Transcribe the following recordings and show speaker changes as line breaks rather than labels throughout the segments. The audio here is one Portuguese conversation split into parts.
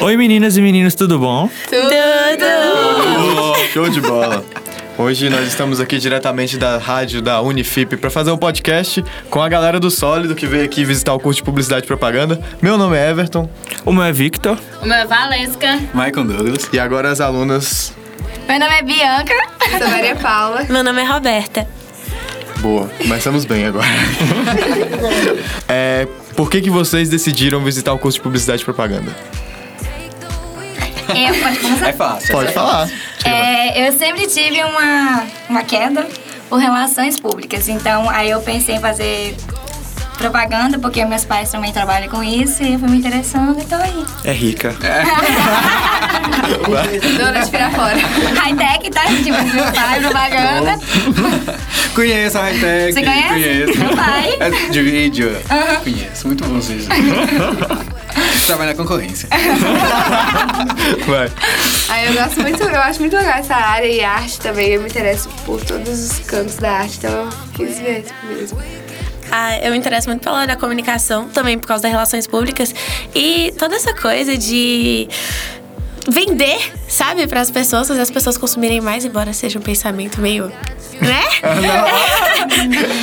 Oi meninas e meninos, tudo bom?
Tudo!
Oh, show de bola. Hoje nós estamos aqui diretamente da rádio da Unifip para fazer um podcast com a galera do Sólido que veio aqui visitar o curso de Publicidade e Propaganda. Meu nome é Everton
O meu é Victor.
O meu é Valesca.
Michael Douglas.
e agora as alunas.
Meu nome é Bianca.
Eu sou Maria Paula.
Meu nome é Roberta.
Boa, começamos bem agora. É, por que, que vocês decidiram visitar o curso de Publicidade e Propaganda?
Eu, pode começar?
É
Ah,
fácil.
Pode falar.
É, eu sempre tive uma, uma queda por relações públicas. Então, aí eu pensei em fazer propaganda, porque meus pais também trabalham com isso, e eu fui me interessando, então aí.
É rica.
Dona de Pirafora.
High-tech, tá, gente? Mas meu pai, propaganda.
Conheço a hightech.
Você conhece?
Conheço.
Meu pai.
É de vídeo. Conheço. Muito bom vocês. Trabalho na concorrência.
Vai.
Aí eu gosto muito, eu acho muito legal essa área e arte também. Eu me interesso por todos os cantos da arte, então eu quis ver isso mesmo.
Ah, eu me interesso muito pela área da comunicação, também por causa das relações públicas. E toda essa coisa de vender, sabe, para as pessoas, fazer as pessoas consumirem mais, embora seja um pensamento meio. né?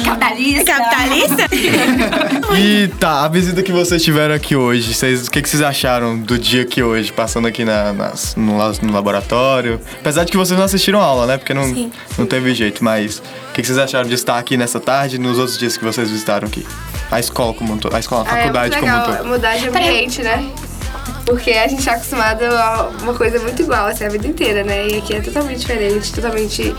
Capitalista.
Capitalista?
E tá, a visita que vocês tiveram aqui hoje, vocês, o que, que vocês acharam do dia aqui hoje, passando aqui na, nas- no, la- no laboratório? Apesar de que vocês não assistiram aula, né? Porque não,
Sim.
não teve jeito, mas o que, que vocês acharam de estar aqui nessa tarde e nos outros dias que vocês visitaram aqui? A escola como um todo, a escola, a
Ah, é muito
faculdade como um
legal
todo.
mudar de ambiente, né? Porque a gente tá acostumado a uma coisa muito igual, assim, a vida inteira, né? E aqui é totalmente diferente, totalmente.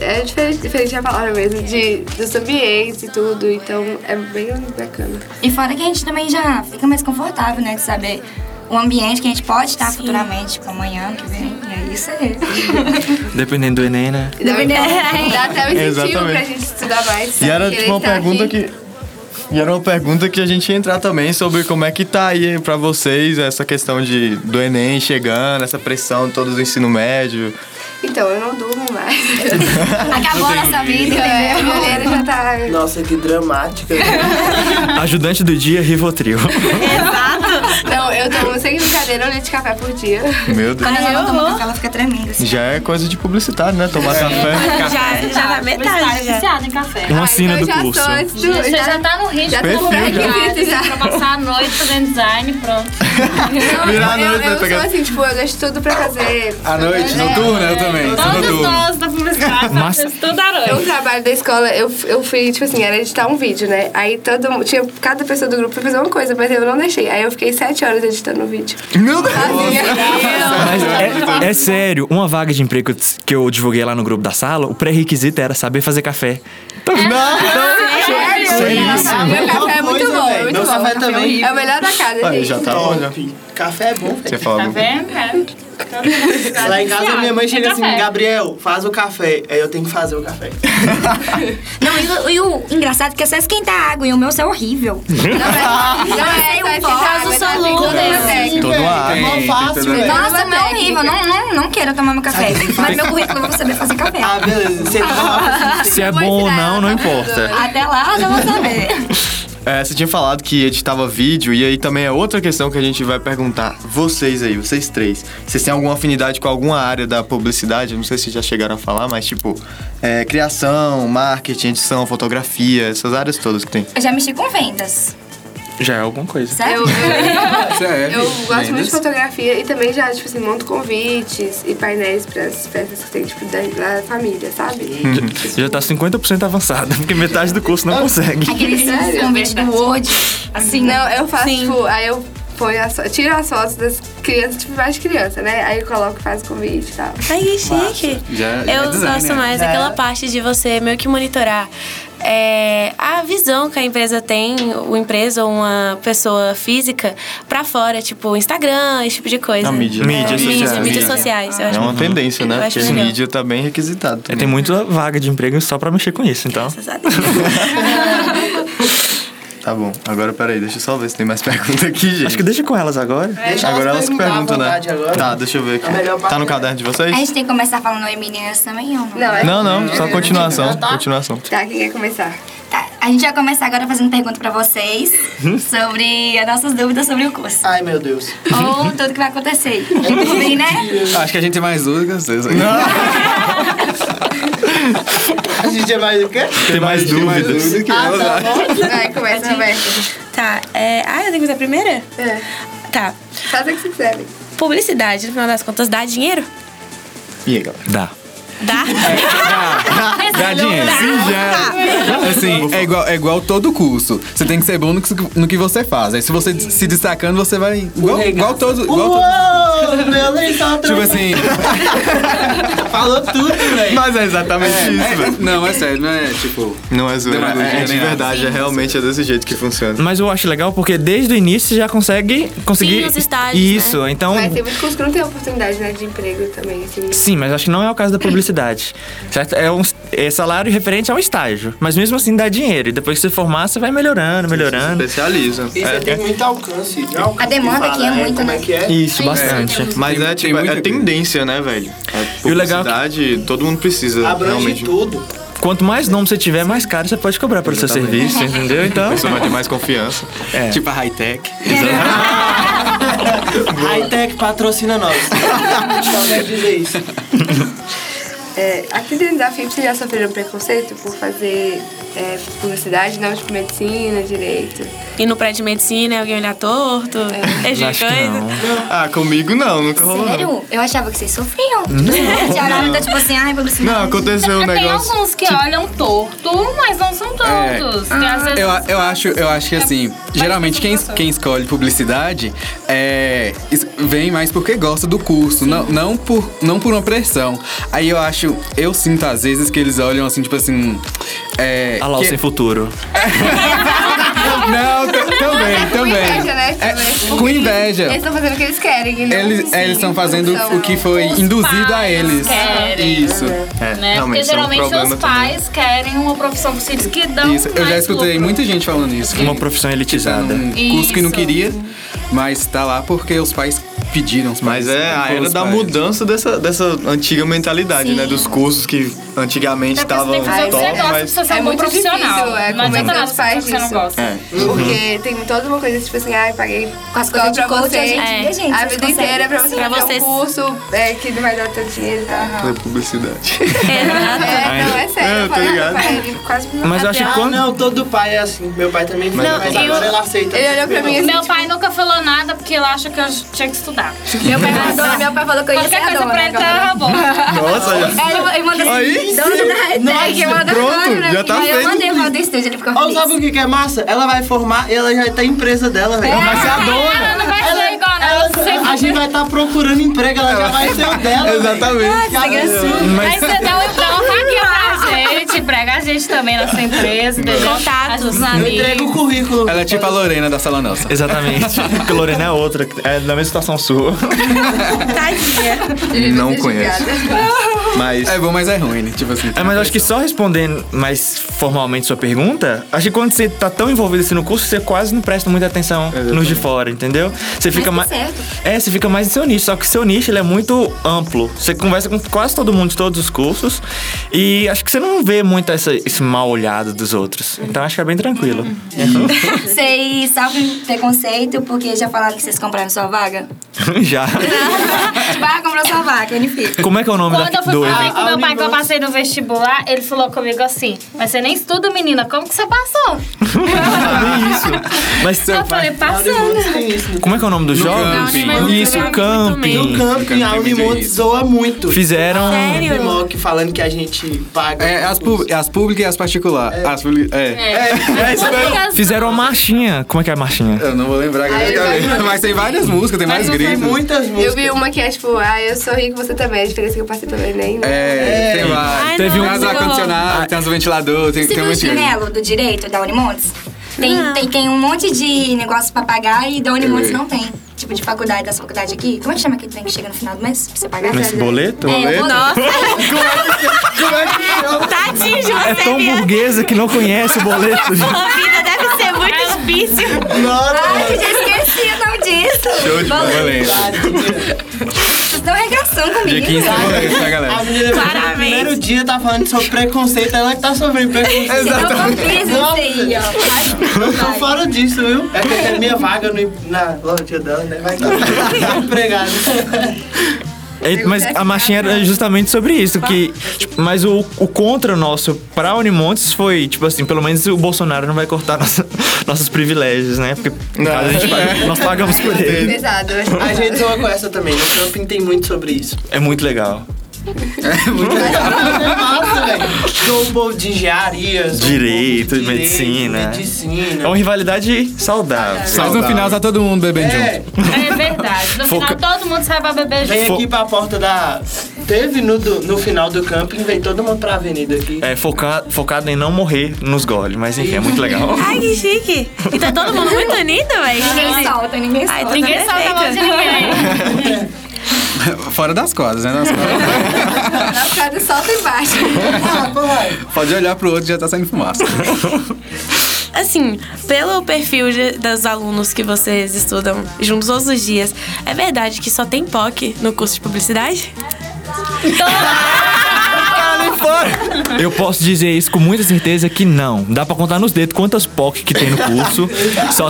É diferente, diferente a palavra mesmo, de, dos ambientes e tudo. Então é bem bacana.
E fora que a gente também já fica mais confortável, né? De saber o ambiente que a gente pode estar futuramente, tipo, amanhã, que vem. E é isso aí.
Dependendo do Enem, né?
E Dá,
Verdade.
dá até um incentivo
Exatamente.
pra gente estudar mais.
E era
querer
tipo uma
estar
pergunta
tá aqui.
que. E era uma pergunta que a gente ia entrar também sobre como é que tá aí pra vocês essa questão de, do Enem chegando, essa pressão toda do ensino médio.
Então, eu não durmo mais.
Acabou nossa vida,
É, a
entendeu?
minha orelha já tá.
Nossa, que dramática.
Ajudante do dia, Rivotril.
Não, eu tomo sem brincadeira um litro de café por dia.
Meu Deus.
Quando ela não toma café, ela fica tremendo. Assim.
Já é coisa de publicitário, né? Tomar
É.
café.
já, já na metade. Já.
viciada em café.
Uma
Ah,
sina
então
do
eu já
curso.
Sou, antes do-
Você
já,
já tá no ritmo
Perfil,
do lugar,
já.
assim, pra passar a noite fazendo design, pronto.
Virar a
eu,
noite, vai
eu sou
pegar.
assim, tipo, eu deixo tudo pra fazer.
À noite, noturna, eu também. Sou
Todos
noturno.
nós da publicidade
Mas-
fazendo tudo à
Um
noite.
trabalho da escola, eu, eu fui, tipo assim, era editar um vídeo, né? Aí todo mundo, tinha cada pessoa do grupo pra fazer uma coisa, mas eu não deixei. Aí eu fiquei sete horas editando o vídeo.
Meu Deus!
Mas é, é sério, uma vaga de emprego que eu divulguei lá no grupo da sala, o pré-requisito era saber fazer café. Então,
É, Ah, meu café é muito
coisa,
bom, é
velho.
muito
Meu
bom.
café também.
É o melhor da casa,
Aí,
gente.
já tá bom, já.
Café é bom, velho.
Você fala.
Tá
Lu.
vendo? É.
Lá em casa, minha mãe chega
É
assim,
café.
Gabriel, faz o café. Aí eu tenho que fazer o café.
Não, e, o- e o engraçado é que é só esquentar a água e o meu é horrível.
Não, mas-
um
não é, só esquentar a água,
o
tá?
soluço.
Tem toda uma técnica.
Toda uma área.
Tem,
Mó
tem
fácil,
tudo bem.
velho.
assim. Nossa, meu é horrível. Não, não, não quero tomar meu café. Mas meu currículo eu vou saber fazer café.
Ah, beleza. Você tá
se é bom ou não,
tá
não importa.
Até lá eu já vou saber.
É, você tinha falado que editava vídeo, e aí também é outra questão que a gente vai perguntar. Vocês aí, vocês três, vocês têm alguma afinidade com alguma área da publicidade? Eu Não sei se já chegaram a falar, mas tipo, é, criação, marketing, edição, fotografia, essas áreas todas que tem.
Eu já mexi com vendas.
Já é alguma coisa.
Sabe?
Eu, eu,
Sério.
eu gosto muito de
Lindas.
fotografia e também já, tipo assim, monto convites e painéis pras festas que tem, tipo, da, da família, sabe?
Hum.
Já tá 50% avançada, porque metade do curso não consegue.
Aquele um
Sério?
convite do Word. Assim,
Não, eu faço,
Sim.
tipo, aí eu ponho as, fo- tiro as fotos das crianças, tipo, mais de criança, né? Aí eu coloco, faço convite e tal.
Ai, que chique.
Já- já é
eu
design,
gosto
né?
mais daquela parte de você meio que monitorar é, a visão que a empresa tem, o empresa ou uma pessoa física, pra fora, tipo Instagram, esse tipo de coisa.
Na mídia.
Mídia
Mídia,
social.
mídias sociais. Eu
É
acho
uma tendência, né?
Eu acho
Porque
legal.
mídia tá bem requisitado.
É, tem muita vaga de emprego só pra mexer com isso, então.
Graças a Deus.
Tá bom, agora peraí, deixa eu só ver se tem mais pergunta aqui, gente.
Acho que deixa com elas agora.
Deixa
agora
elas
elas que perguntam,
perguntar à
né?
vontade agora.
Tá, deixa eu ver
A melhor
aqui.
parte
Tá no
é-
caderno de vocês?
a gente tem que começar falando oi meninas também ou não?
Não, é-
Não, não, só continuação. Continuação.
Tá, quem quer começar?
Tá, a gente vai começar agora fazendo pergunta pra vocês sobre as nossas dúvidas sobre o curso.
Ai, meu Deus.
Ou tudo que vai acontecer. Tudo bem, né?
Acho que a gente tem mais dúvida que às vezes.
A gente é mais o quê?
Tem mais
mais
dúvidas.
dúvida que
Ah,
ela.
tá bom.
Vai, começa, Roberta.
Tá, é... Ah, eu tenho que fazer a primeira?
É.
Tá.
Faz o que você quiser. amiga.
Publicidade, no final das contas, dá dinheiro?
E aí, galera?
Dá.
Dá.
Dá dinheiro.
Assim, é igual, é igual todo curso. Você tem que ser bom no que, no que você faz. Aí se você se destacando, você vai. Igual, igual todo. Igual todo.
Uou! Meu lençol
Tipo
também.
assim.
Falou tudo, velho.
Mas é exatamente isso,
é-
velho.
não, é sério, não é tipo.
Não é zoeira,
Não, é-
é, de
é-
verdade, é realmente é desse jeito que funciona.
Mas eu acho legal porque desde o início você já consegue conseguir.
Sim, os estágios,
Isso, então.
Mas tem muito curso que não tem oportunidade, né, de emprego também, assim.
Sim, mas acho que não é o caso da publicidade. Certo? É um é salário referente a um estágio. Mas mesmo assim dá dinheiro. E depois que você formar, você vai melhorando, melhorando.
Especializa. É,
E você tem um muito alcance. né? Alcance
A demanda
que
aqui é
né?
muito,
Como
né?
é que é?
Isso,
Sim,
bastante.
sim.
Mas
Tem-
é
tem
tipo,
muita
é
coisa.
tendência, né, velho? A
E o legal é que-
publicidade, todo mundo precisa,
Abrange
realmente.
tudo.
Quanto mais nome você tiver, mais caro você pode cobrar pelo seu
Exatamente.
serviço, entendeu? Então.
A pessoa vai ter mais confiança.
É.
Tipo a high-tech.
Hightech patrocina nós. Só quero dizer isso.
É, aqui dentro da FIP, vocês já sofreram preconceito por fazer é, publicidade, não, tipo, medicina, direito?
E no prédio de medicina, alguém olhar torto, esse tipo de
Acho que
coisa.
não.
Ah, comigo não, nunca rolou. não.
Sério? Eu achava que vocês sofriam. Tipo, olhava tá tipo assim, ai, publicidade.
Não, aconteceu um
Tem
negócio. É.
alguns que olham torto, mas não são todos. Tem,
Ah.
às vezes,
Eu, eu, acho, eu acho que
É,
assim, geralmente quem, quem escolhe publicidade é, es- vem mais porque gosta do curso, não, não, por, não por uma pressão. Aí eu acho, eu sinto às vezes que eles olham assim, tipo assim. É,
Ah lá, o
que-
sem futuro.
Não, t- também,
Com
também.
inveja, né?
É,
Também.
com inveja.
Eles estão fazendo o que eles querem, né? não
né?
Eles
sim,
estão fazendo
não.
o que foi induzido a
pais
eles.
querem.
Isso.
É,
né? Porque
isso é um
geralmente
problema
os
também.
pais querem uma profissão para os filhos que dão
Isso. Eu já
mais
escutei
lucro.
muita gente falando isso.
Uma
que-
profissão
tá
elitizada.
num curso que não
Isso.
queria, mas tá lá porque os pais pediram. Os pais
Mas é a
impôs
era
os
da
pais.
mudança dessa, dessa antiga mentalidade, né? Dos cursos que antigamente
Até porque
estavam
você tem que fazer o que você
top,
gosta pra
mas...
você ser
É
um bom
muito difícil,
profissional.
é, convencer
não adianta nada
os
você fazer o que você
pais
não
disso.
gosta.
É.
Uhum. Porque tem toda uma coisa, tipo assim, ai, paguei
Com as coisas de
pra
coach,
você.
a gente, a gente,
a
vocês
vida inteira pra você
Pra
fazer
vocês-
um curso é, que não vai dar tanto dinheiro e tal.
É publicidade.
Exato.
É, não, é sério.
É,
eu
tô
falei
ligado.
pra ele, quase me
Mas eu acho que
Até
Ah,
quando.
não, todo pai é assim. Meu pai também foi,
Não,
mas
eu-
agora ele aceita.
um Ele olhou pra mim assim,
Meu pai nunca falou nada porque ele acha que eu tinha que estudar.
Meu pai era dono, meu pai falou que eu ia ser
Qualquer
a
coisa
dona
pra ele
agora.
tava bom.
Nossa, já...
É, ele- ele mandou
Aí
assim, dona da hashtag, eu mando
pronto,
agora. né?
já tá
Aí eu
feito.
mandei foto do estúdio, ele ficou
Ou sabe
feliz.
o que que é massa? Ela vai formar e ela já tem empresa dela, velho. Ela vai ser a dona.
Ela não vai ser igual, né?
ela-
Você-
a gente vai estar procurando emprego, ela já vai ser o dela.
Exatamente.
Aí você dá um então aqui pra gente, prega a gente também na sua empresa, entendeu?
Contatos.
Ajuda os
velho. Entrega o
amigos.
currículo.
Ela é tipo a Lorena da Sala Nossa.
Exatamente. Porque Lorena é outra, é da mesma situação sua.
Tadinha.
Não conheço. Mas...
É bom, mas é ruim, né? Tipo assim.
É, mas eu acho que só respondendo mais formalmente sua pergunta, acho que quando você tá tão envolvido assim no curso, você quase não presta muita atenção nos de fora, entendeu? Você fica
Mas
mais.
tá certo.
É, você fica mais no seu nicho, só que seu nicho ele é muito amplo. Você conversa com quase todo mundo de todos os cursos e acho que você não vê muito essa, esse mal olhado dos outros. Então acho que é bem tranquilo.
Vocês sofrem preconceito porque já falaram que vocês compraram sua vaga?
Já.
Vai, comprou sua vaga, unifica.
Como é que é o nome
Quando
da
eu fui
do
falar
evento?
com meu pai que eu passei no vestibular, ele falou comigo assim: Mas você nem estuda, menina, como que você passou?
É Mas
Eu falei: Passando.
Unimontes tem isso.
como é que é o nome do
camping.
jogo?
Não,
Isso,
mas-
camping.
né? No camping, a
tem muito
Unimontes
isso.
zoa muito.
Fizeram.
Sério?
Tem mock falando que a gente paga.
É, as,
públicas.
pub- as públicas e as particulares. As publi- é.
Fizeram a marchinha. Como é que é a marchinha?
Eu não vou lembrar agora. Mas tem várias músicas, tem mais
Tem
gritos.
muitas músicas.
Eu vi uma que é tipo, ah, eu sou rico, você também. A diferença é que eu passei né? também, nem.
É, tem
Ai,
várias.
Teve
Tem
não, um-
as ar-condicionado, tem as ventilador, tem,
Você
tem
viu
um
o
monte de coisa.
chinelo do direito da Unimontes? Tem, tem, tem um monte de negócio pra pagar e da Unimontes
vi.
não tem. Tipo, de faculdade, das faculdades aqui. Como é que chama aquele trem que chega no final do mês pra você pagar?
Nesse boleto?
É,
Nossa, tadinho de
É
você,
tão
minha.
É burguesa que não conhece o boleto.
Sua vida deve ser muito difícil.
Ai, já esqueci não disso.
Show de bola.
Vocês estão arregaçando
Dia
comigo.
15 de boleto, tá, galera?
A menina no
Claramente.
primeiro dia tá falando sobre preconceito, ela que tá sofrendo preconceito.
Eu não fiz isso aí, ó.
Tô
Vai, vai.
fora disso, viu? É que tem minha vaga no, na loja dela, né? Vai estar empregado.
É, mas a marchinha era justamente sobre isso, que, tipo, mas o, o contra nosso pra Unimontes foi, tipo assim, pelo menos o Bolsonaro não vai cortar nossa- nossos privilégios, né? Porque no caso, a gente paga- nós pagamos por ele.
Pesado.
A gente zoa com essa também, no camping tem muito sobre isso.
É muito legal.
É massa, velho. Sou o povo de engenharia, sou o
Direito,
povo de
medicina. É
medicina.
uma rivalidade saudável.
Mas no final tá todo mundo bebendo
É,
junto.
É verdade. No
Foca-
final todo mundo sai pra beber junto.
vem aqui pra porta da. Teve no, do- no final do camping, vem todo mundo pra avenida aqui.
É foca- focado em não morrer nos goles, mas enfim, é muito legal.
Ai, que chique. E tá todo mundo muito unido, véi.
Ninguém solta, ninguém
Ai,
solta.
Ninguém solta a mão de ninguém.
Fora das quadras, né? Nas quadras.
Na escada solta embaixo.
Pode olhar pro outro e já tá saindo fumaça.
Assim, pelo perfil de- dos alunos que vocês estudam juntos todos os dias, é verdade que só tem POC no curso de publicidade?
Eu posso dizer isso com muita certeza que não. Dá pra contar nos dedos quantas POC que tem no curso. Só...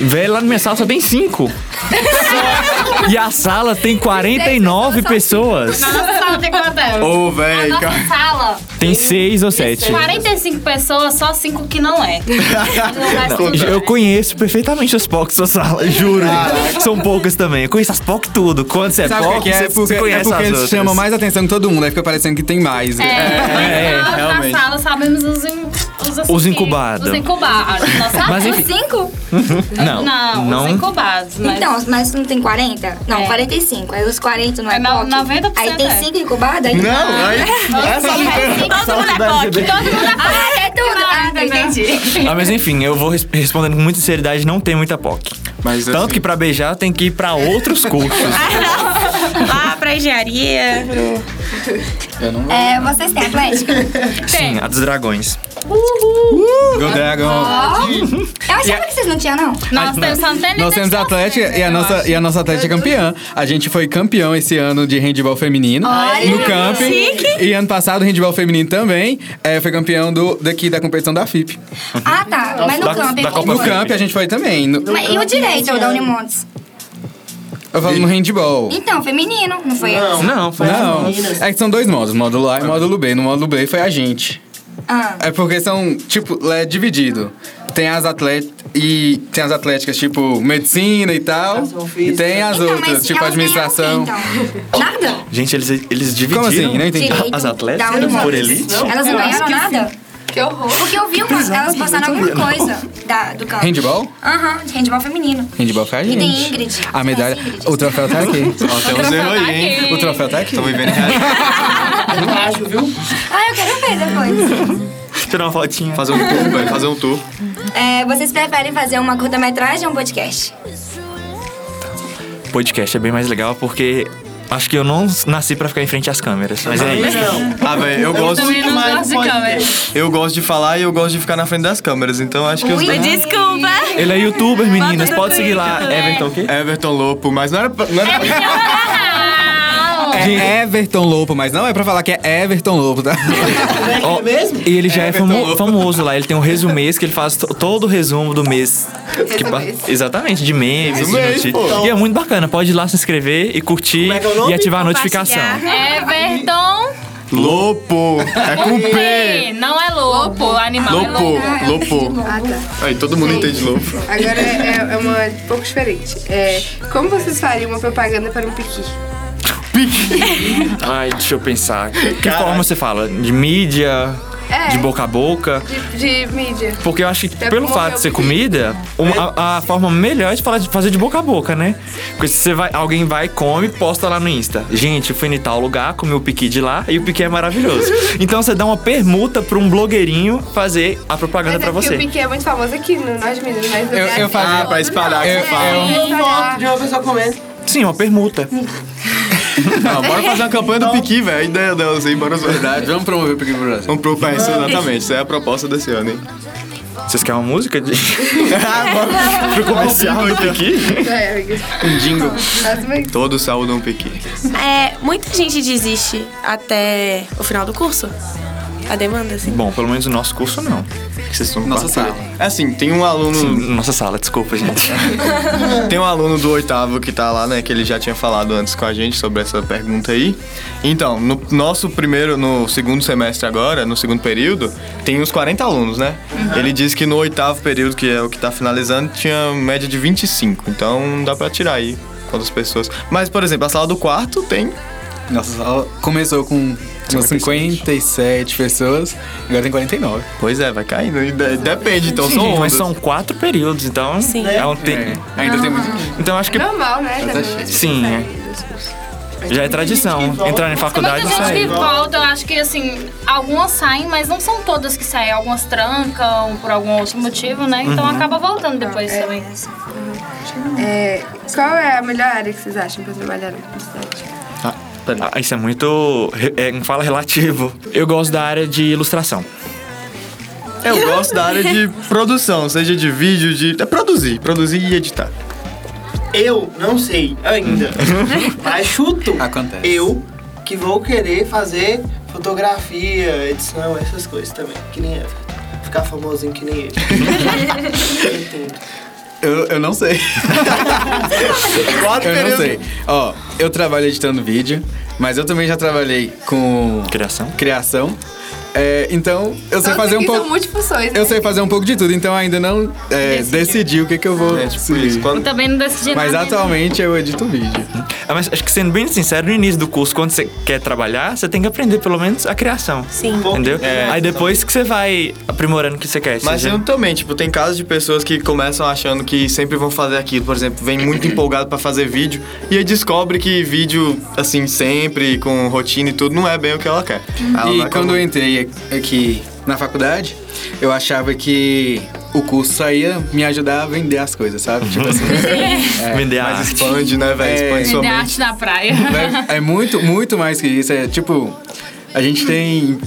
Véi, lá na minha sala só tem cinco. Só- E a sala tem 49 pessoas.
Na nossa sala tem quantas?
Ô,
Na
véi,
nossa sala,
Tem seis ou sete.
45 pessoas, só 5 que não é.
Eu conheço perfeitamente as POCs da sua sala, juro. São poucas também. Eu conheço as POC tudo. Quando você é
Sabe o
POC,
que é?
você,
É porque,
você
é
conhece
porque
as
eles
outras.
chamam mais atenção que todo mundo, aí fica parecendo que tem mais. né?
É,
é,
mas nós
realmente.
na sala sabemos os, in- os, assim,
Os incubados.
Os incubados.
Mas
Nós sabemos.
enfim.
Cinco?
Não,
Não, os
não.
incubados. Mas
Então, mas não tem 40? Não,
É.
45. Aí os 40 não é,
É no-
POC.
90%
Aí tem
é.
5 incubados? Aí
Não, aí. Essa
Todo mundo é POC.
todo mundo é
Ah, é tudo. Ah, tá, entendi.
Ah, mas enfim, eu vou res- respondendo com muita sinceridade, não tem muita POC.
Mas
Tanto
assim-
que pra beijar tem que ir pra outros cursos.
Lá pra engenharia.
É, vocês têm Atlético?
Sim, a dos dragões.
Go Dragon.
Eu achava que vocês não tinham, não.
Nós temos Santana e
Nós temos a Atlética e a nossa, e a nossa Atlética é campeã. A gente foi campeão esse ano de handball feminino no camping. E ano passado, handball feminino também. É, foi campeão do, daqui da competição da FIP.
Ah, tá. Mas no
Da-
campo.
da
ele
Copa
não
No
Foi.
foi.
camping a gente foi também. No-
Mas e o direito da Unimontes?
eu falo no handball.
Então, feminino, não foi
Não.
esse?
Não, foi
Não,
meninas.
é que são dois módulos, módulo A e módulo B. No módulo B foi a gente.
Ah.
É porque são, tipo, é dividido. Tem as atléticas e tem as atléticas, tipo, medicina e tal.
As
E
ofícios.
tem as
Então, mas
outras, tipo,
elas ganharam
administração.
o quê, então? Nada?
Gente, eles, eles dividiram
Como assim? Não entendi.
Direito
as
da
atletas
Unimontes.
por elite.
Elas não ganharam nada?
Que horror.
Porque eu vi uma- elas passaram alguma coisa da, do campo.
Handball?
Aham, de handball feminino.
Handball foi a
E
gente.
tem Ingrid.
A medalha.
Conhece Ingrid?
O troféu tá aqui. Ó, tem um zero aí, hein? O troféu tá aqui.
Tô vivendo em realidade.
Eu acho, viu?
Ah, eu quero ver depois.
Tirar uma fotinha.
Fazer um tour, velho. Fazer um tour.
É, vocês preferem fazer uma curta-metragem ou um podcast?
Podcast é bem mais legal porque acho que eu não nasci pra ficar em frente às câmeras. Mas é isso.
Não.
Ah, velho, eu gosto.
também não
Mas
gosto de
pode
câmera.
ter.
Eu gosto de falar e eu gosto de ficar na frente das câmeras. Então acho que os
Me
dois.
desculpa.
Ele é youtuber, meninas.
no
Pode seguir lá. É,
Twitter.
Everton, o quê?
Everton Lopo, mas não era. pra- Não era pra-
É Everton Lopo, mas não é pra falar que é Everton Lopo, tá?
Ó,
É mesmo?
E ele já é famo- famoso lá. Ele tem um resumês que ele faz to- todo o resumo do mês. Que pa- Exatamente, de memes, de
Resumês,
notícias.
pô.
E é muito bacana. Pode ir lá se inscrever e curtir
Como é que é o nome?
e ativar a notificação.
Everton
Lopo! É com P!
P. Não é lobo, animal é
Lopo,
lobo.
Lopo.
Ah, tá.
Aí todo mundo entende Lopo.
Agora é, é uma um pouco diferente. É, como vocês fariam uma propaganda para um piqui?
Ai, deixa eu pensar. Que forma você fala? De mídia?
É.
De boca a boca?
De, de mídia.
Porque eu acho que,
Deve
pelo
morrer
fato de ser
alguém.
comida, uma- a, a forma melhor é de falar de fazer de boca a boca, né? Porque se você vai, alguém vai, come, posta lá no Insta. Gente, eu fui em tal lugar, comi o piqui de lá e o piqui é maravilhoso. então você dá uma permuta pra um blogueirinho fazer a propaganda
Mas é
pra
porque o
você.
piqui é muito famoso aqui no é norte de Minas, mas
Eu, eu fazia.
Ah, pra espalhar
Eu-
que fala.
É,
Um voto de uma pessoa comendo.
Sim, uma permuta.
Ah, bora fazer uma campanha do Piqui, velho. A ideia delas aí, bora zoar.
Verdade, vamos promover o Piqui pro Brasil.
Vamos pro é, isso, exatamente. Isso é a proposta desse ano, hein?
Vocês querem uma música? De... Pro comercial aqui?
É, amiga.
Um jingle.
Mas também-
Todos saúdam o Pequi.
É, muita gente desiste até o final do curso. A demanda, assim.
Bom, pelo menos o nosso curso não.
Que vocês estão no
Nossa
quarto?
sala.
É assim, tem um aluno.
Nossa sala, desculpa, gente.
Tem um aluno do oitavo que tá lá, né? Que ele já tinha falado antes com a gente sobre essa pergunta aí. Então, no nosso primeiro, no segundo semestre agora, no segundo período, tem uns 40 alunos, né? Ele disse que no oitavo período, que é o que tá finalizando, tinha média de 25. Então dá pra tirar aí quantas pessoas. Mas, por exemplo, a sala do quarto tem.
Nossa sala começou com umas 57 pessoas, agora tem 49.
Pois é, vai caindo. E de- Depende, então são
Gente, mas
ondas.
são quatro períodos, então.
Sim.
É um te...
É, ainda tem muito.
Então acho que.
Normal, né? Também.
Sim, é. Já é tradição. Entrar em faculdade
Muita
e
gente
sair.
que volta, eu acho que assim, algumas saem, mas não são todas que saem. Algumas trancam por algum outro motivo, né? Então
Uhum.
acaba voltando depois também.
É, qual é a melhor área que vocês acham pra trabalhar na publicidade?
Ah, pera- ah, isso é muito. re- É, não fala relativo. Eu gosto da área de ilustração.
Eu gosto da área de produção, seja de vídeo, de. É produzir, produzir e editar.
Eu não sei ainda, mas chuto.
Acontece.
Eu que vou querer fazer fotografia, edição, essas coisas também. Que nem eu. Ficar famosinho que nem ele. Entendo.
Eu, eu não sei. eu não sei. Ó, eu trabalho editando vídeo, mas eu também já trabalhei com
Criação.
criação. É, então, eu sei
Todos
fazer um
aqui são
pouco.
multifunções, né?
Eu sei fazer um pouco de tudo, então ainda não é, decidi o que, que eu vou.
É, tipo isso. Quando-
Eu também não decidi
Mas
nada.
atualmente eu edito vídeo.
Ah, mas acho que sendo bem sincero, no início do curso, quando você quer trabalhar, você tem que aprender pelo menos a criação.
Sim.
Entendeu?
É.
Aí depois que você vai aprimorando o que você quer.
Mas
seja-
eu também, tipo, tem casos de pessoas que começam achando que sempre vão fazer aquilo. Por exemplo, vem muito empolgado pra fazer vídeo e aí descobre que vídeo, assim, sempre, com rotina e tudo, não é bem o que ela quer. Ela
Uhum. E
vai
quando
com-
eu entrei aqui na faculdade, eu achava que o curso só ia me ajudar a vender as coisas, sabe? Tipo assim.
Vender a
Mas
arte.
expande, né, velho?
É.
Expande sua
Vender
mente.
arte na praia.
Vai- É muito, muito mais que isso. É tipo, a gente tem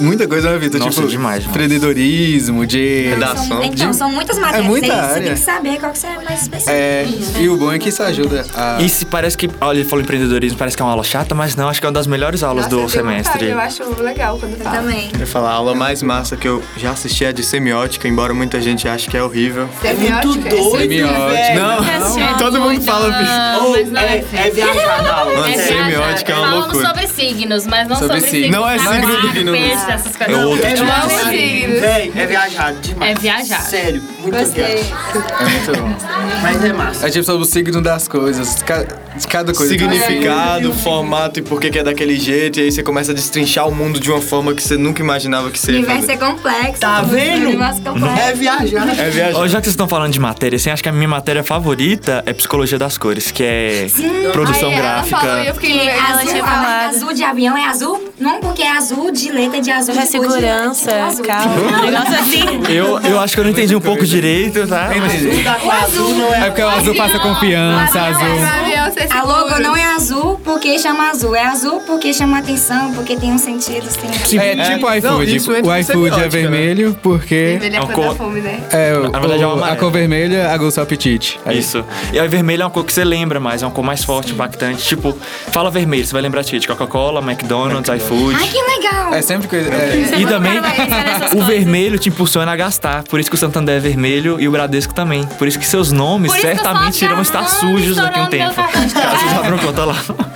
muita coisa na vida.
Nossa,
tipo,
demais, mano.
empreendedorismo, de.
Redação.
Então, são muitas matérias.
É muita
aí Você
área.
tem que saber qual que você é mais específico.
É, e o bom é que isso ajuda
tá-
a.
E se parece que. Olha, ele falou empreendedorismo, parece que é uma aula chata, mas não, acho que é uma das melhores aulas
Nossa, eu
do
tenho vontade,
semestre.
Eu acho legal quando
Tá.
fala.
Também.
Eu ia falar, a aula mais massa que eu já assisti é de semiótica, embora muita gente ache que é horrível.
É muito
Semiótica.
doido, né,
Semiótica.
velho.
Não,
É,
todo mundo fala
Não,
Ou
mas não é
é, é viajar na aula.
Mano,
É
semiótica é uma
viajada.
loucura.
Falamos sobre signos, mas não
Sobre
sobre,
signos.
signos.
Não é
sabe?
signo,
Mar,
signo.
Peixe, essas coisas.
É outro
É
tipo.
viajado,
Não,
signos.
velho. É viajado demais.
É viajado.
Sério, muito
Gostei.
viajado.
É muito bom.
Mas é massa.
É tipo sobre o signo das coisas, ca- de cada coisa.
Significado, formato e por que que é daquele jeito, e aí você começa a destrinchar o mundo de uma forma que você nunca imaginava que você
E
ia
vai
fazer.
ser complexo.
Tá vendo?
Um negócio complexo.
É viajar.
É viajar.
Ó, já que vocês estão falando de matéria, assim, acho que a minha matéria favorita é psicologia das cores, que é produção
Aí Ah, ela
gráfica.
falou e eu fiquei
Porque
invejosa.
ela
azul,
tinha
a marca
falado.
azul de avião é azul? Não, porque é azul de letra de azul.
Já é
de cor de-
segurança,
de azul.
calma. Um negócio assim.
Eu, eu acho que eu não entendi um pouco direito, tá?
Entendi.
Tá com azul, não é?
É porque o azul passa confiança,
Mas
azul.
no avião você
A logo não é azul porque chama azul. É azul porque chama atenção, porque tem um sentido. Tem...
É tipo o
não,
iFood.
isso entra
o
em
iFood é
semiótica, né?
vermelho porque.
Ele
É
é
um
pra
cor-
dar fome, né?
É, o,
Na verdade é uma
a
amarela.
cor vermelha aguça o apetite. É
Isso. E aí vermelho é uma cor que você lembra mais, é uma cor mais forte, impactante. Tipo, fala vermelho, você vai lembrar de quê? de Coca-Cola, McDonald's,
Ai,
iFood.
que legal!
É sempre coisa. É,
E também
nessas
o
coisas.
vermelho te impulsiona a gastar. Por isso que o Santander é vermelho e o Bradesco também. Por isso que seus nomes
Por isso que eu só
certamente irão estar
acabando
sujos daqui a um
estourando meu
tempo.
cartão de
Caso vocês
trabalho.
abram conta lá.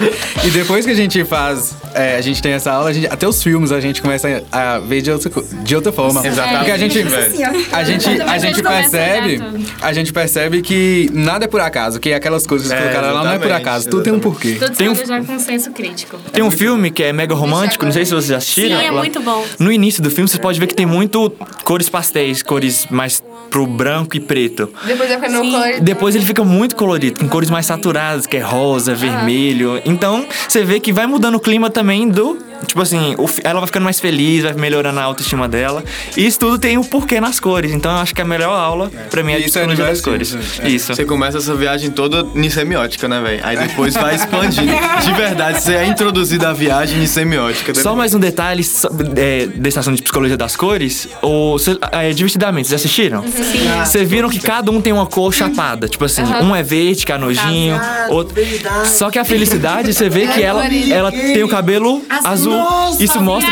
E depois que a gente faz, é, a gente tem essa aula, a gente- até os filmes a gente começa a, a ver de outra, co- de outra forma.
Exatamente.
É. Porque a gente, assim, a gente, a gente
Também começa a olhar
percebe, a gente percebe que nada é por acaso, que aquelas coisas que
É,
colocaram lá não é por
exatamente,
acaso, tudo tem um porquê.
Tudo
Tem um-
saiu já com senso crítico.
Tem um filme que é mega romântico, não sei se vocês já assistiram.
Sim, é
Lá-
muito bom.
No início do filme, você pode ver que tem muito cores pastéis, cores mais pro branco e preto.
Depois eu fiquei no colorido.
Depois ele fica muito colorido, com cores mais saturadas, que é rosa, vermelho. Então, você vê que vai mudando o clima também do tipo assim, o fi- ela vai ficando mais feliz, vai melhorando a autoestima dela. E isso tudo tem o porquê nas cores. Então eu acho que a melhor aula, pra mim, é
E
de
isso é
psicologia das cores.
universal, né? É.
Isso.
Você começa essa viagem toda em semiótica, né, velho? Aí depois vai expandindo. De verdade, você é introduzido à viagem em semiótica. né?
Só mais um detalhe so- é, dessa ação de psicologia das cores. Ou, cê- é, divertidamente, vocês assistiram? Sim. Vocês viram que cada um tem uma cor chapada. Tipo assim, um é verde, que é nojinho.
Ah,
outro-
verdade.
É.
Só que a felicidade, você
É,
vê que ela, ela tem o cabelo azul. Isso mostra.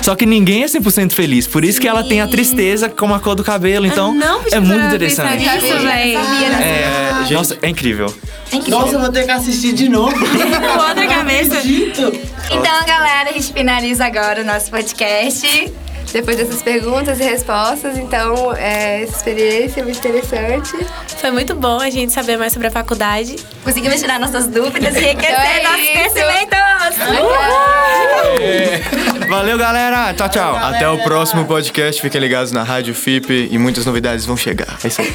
Só que ninguém é 100% feliz. Por isso que ela tem a tristeza como a cor do cabelo. Então, é
não precisava
muito
pensar
interessante.
nisso, véi.
É, nossa, é incrível.
Nossa, eu vou ter que assistir de novo.
Com outra cabeça.
Acredito.
Então, galera, a gente finaliza agora o nosso podcast.
Depois dessas perguntas e respostas, então é, essa experiência é muito interessante.
Foi muito bom a gente saber mais sobre a faculdade.
Conseguimos tirar nossas dúvidas e enriquecer
Então é
nossos
isso.
conhecimentos.
Valeu, galera. Tchau, tchau.
Até o próximo podcast. Fiquem ligados na Rádio FIP e muitas novidades vão chegar. É isso aí.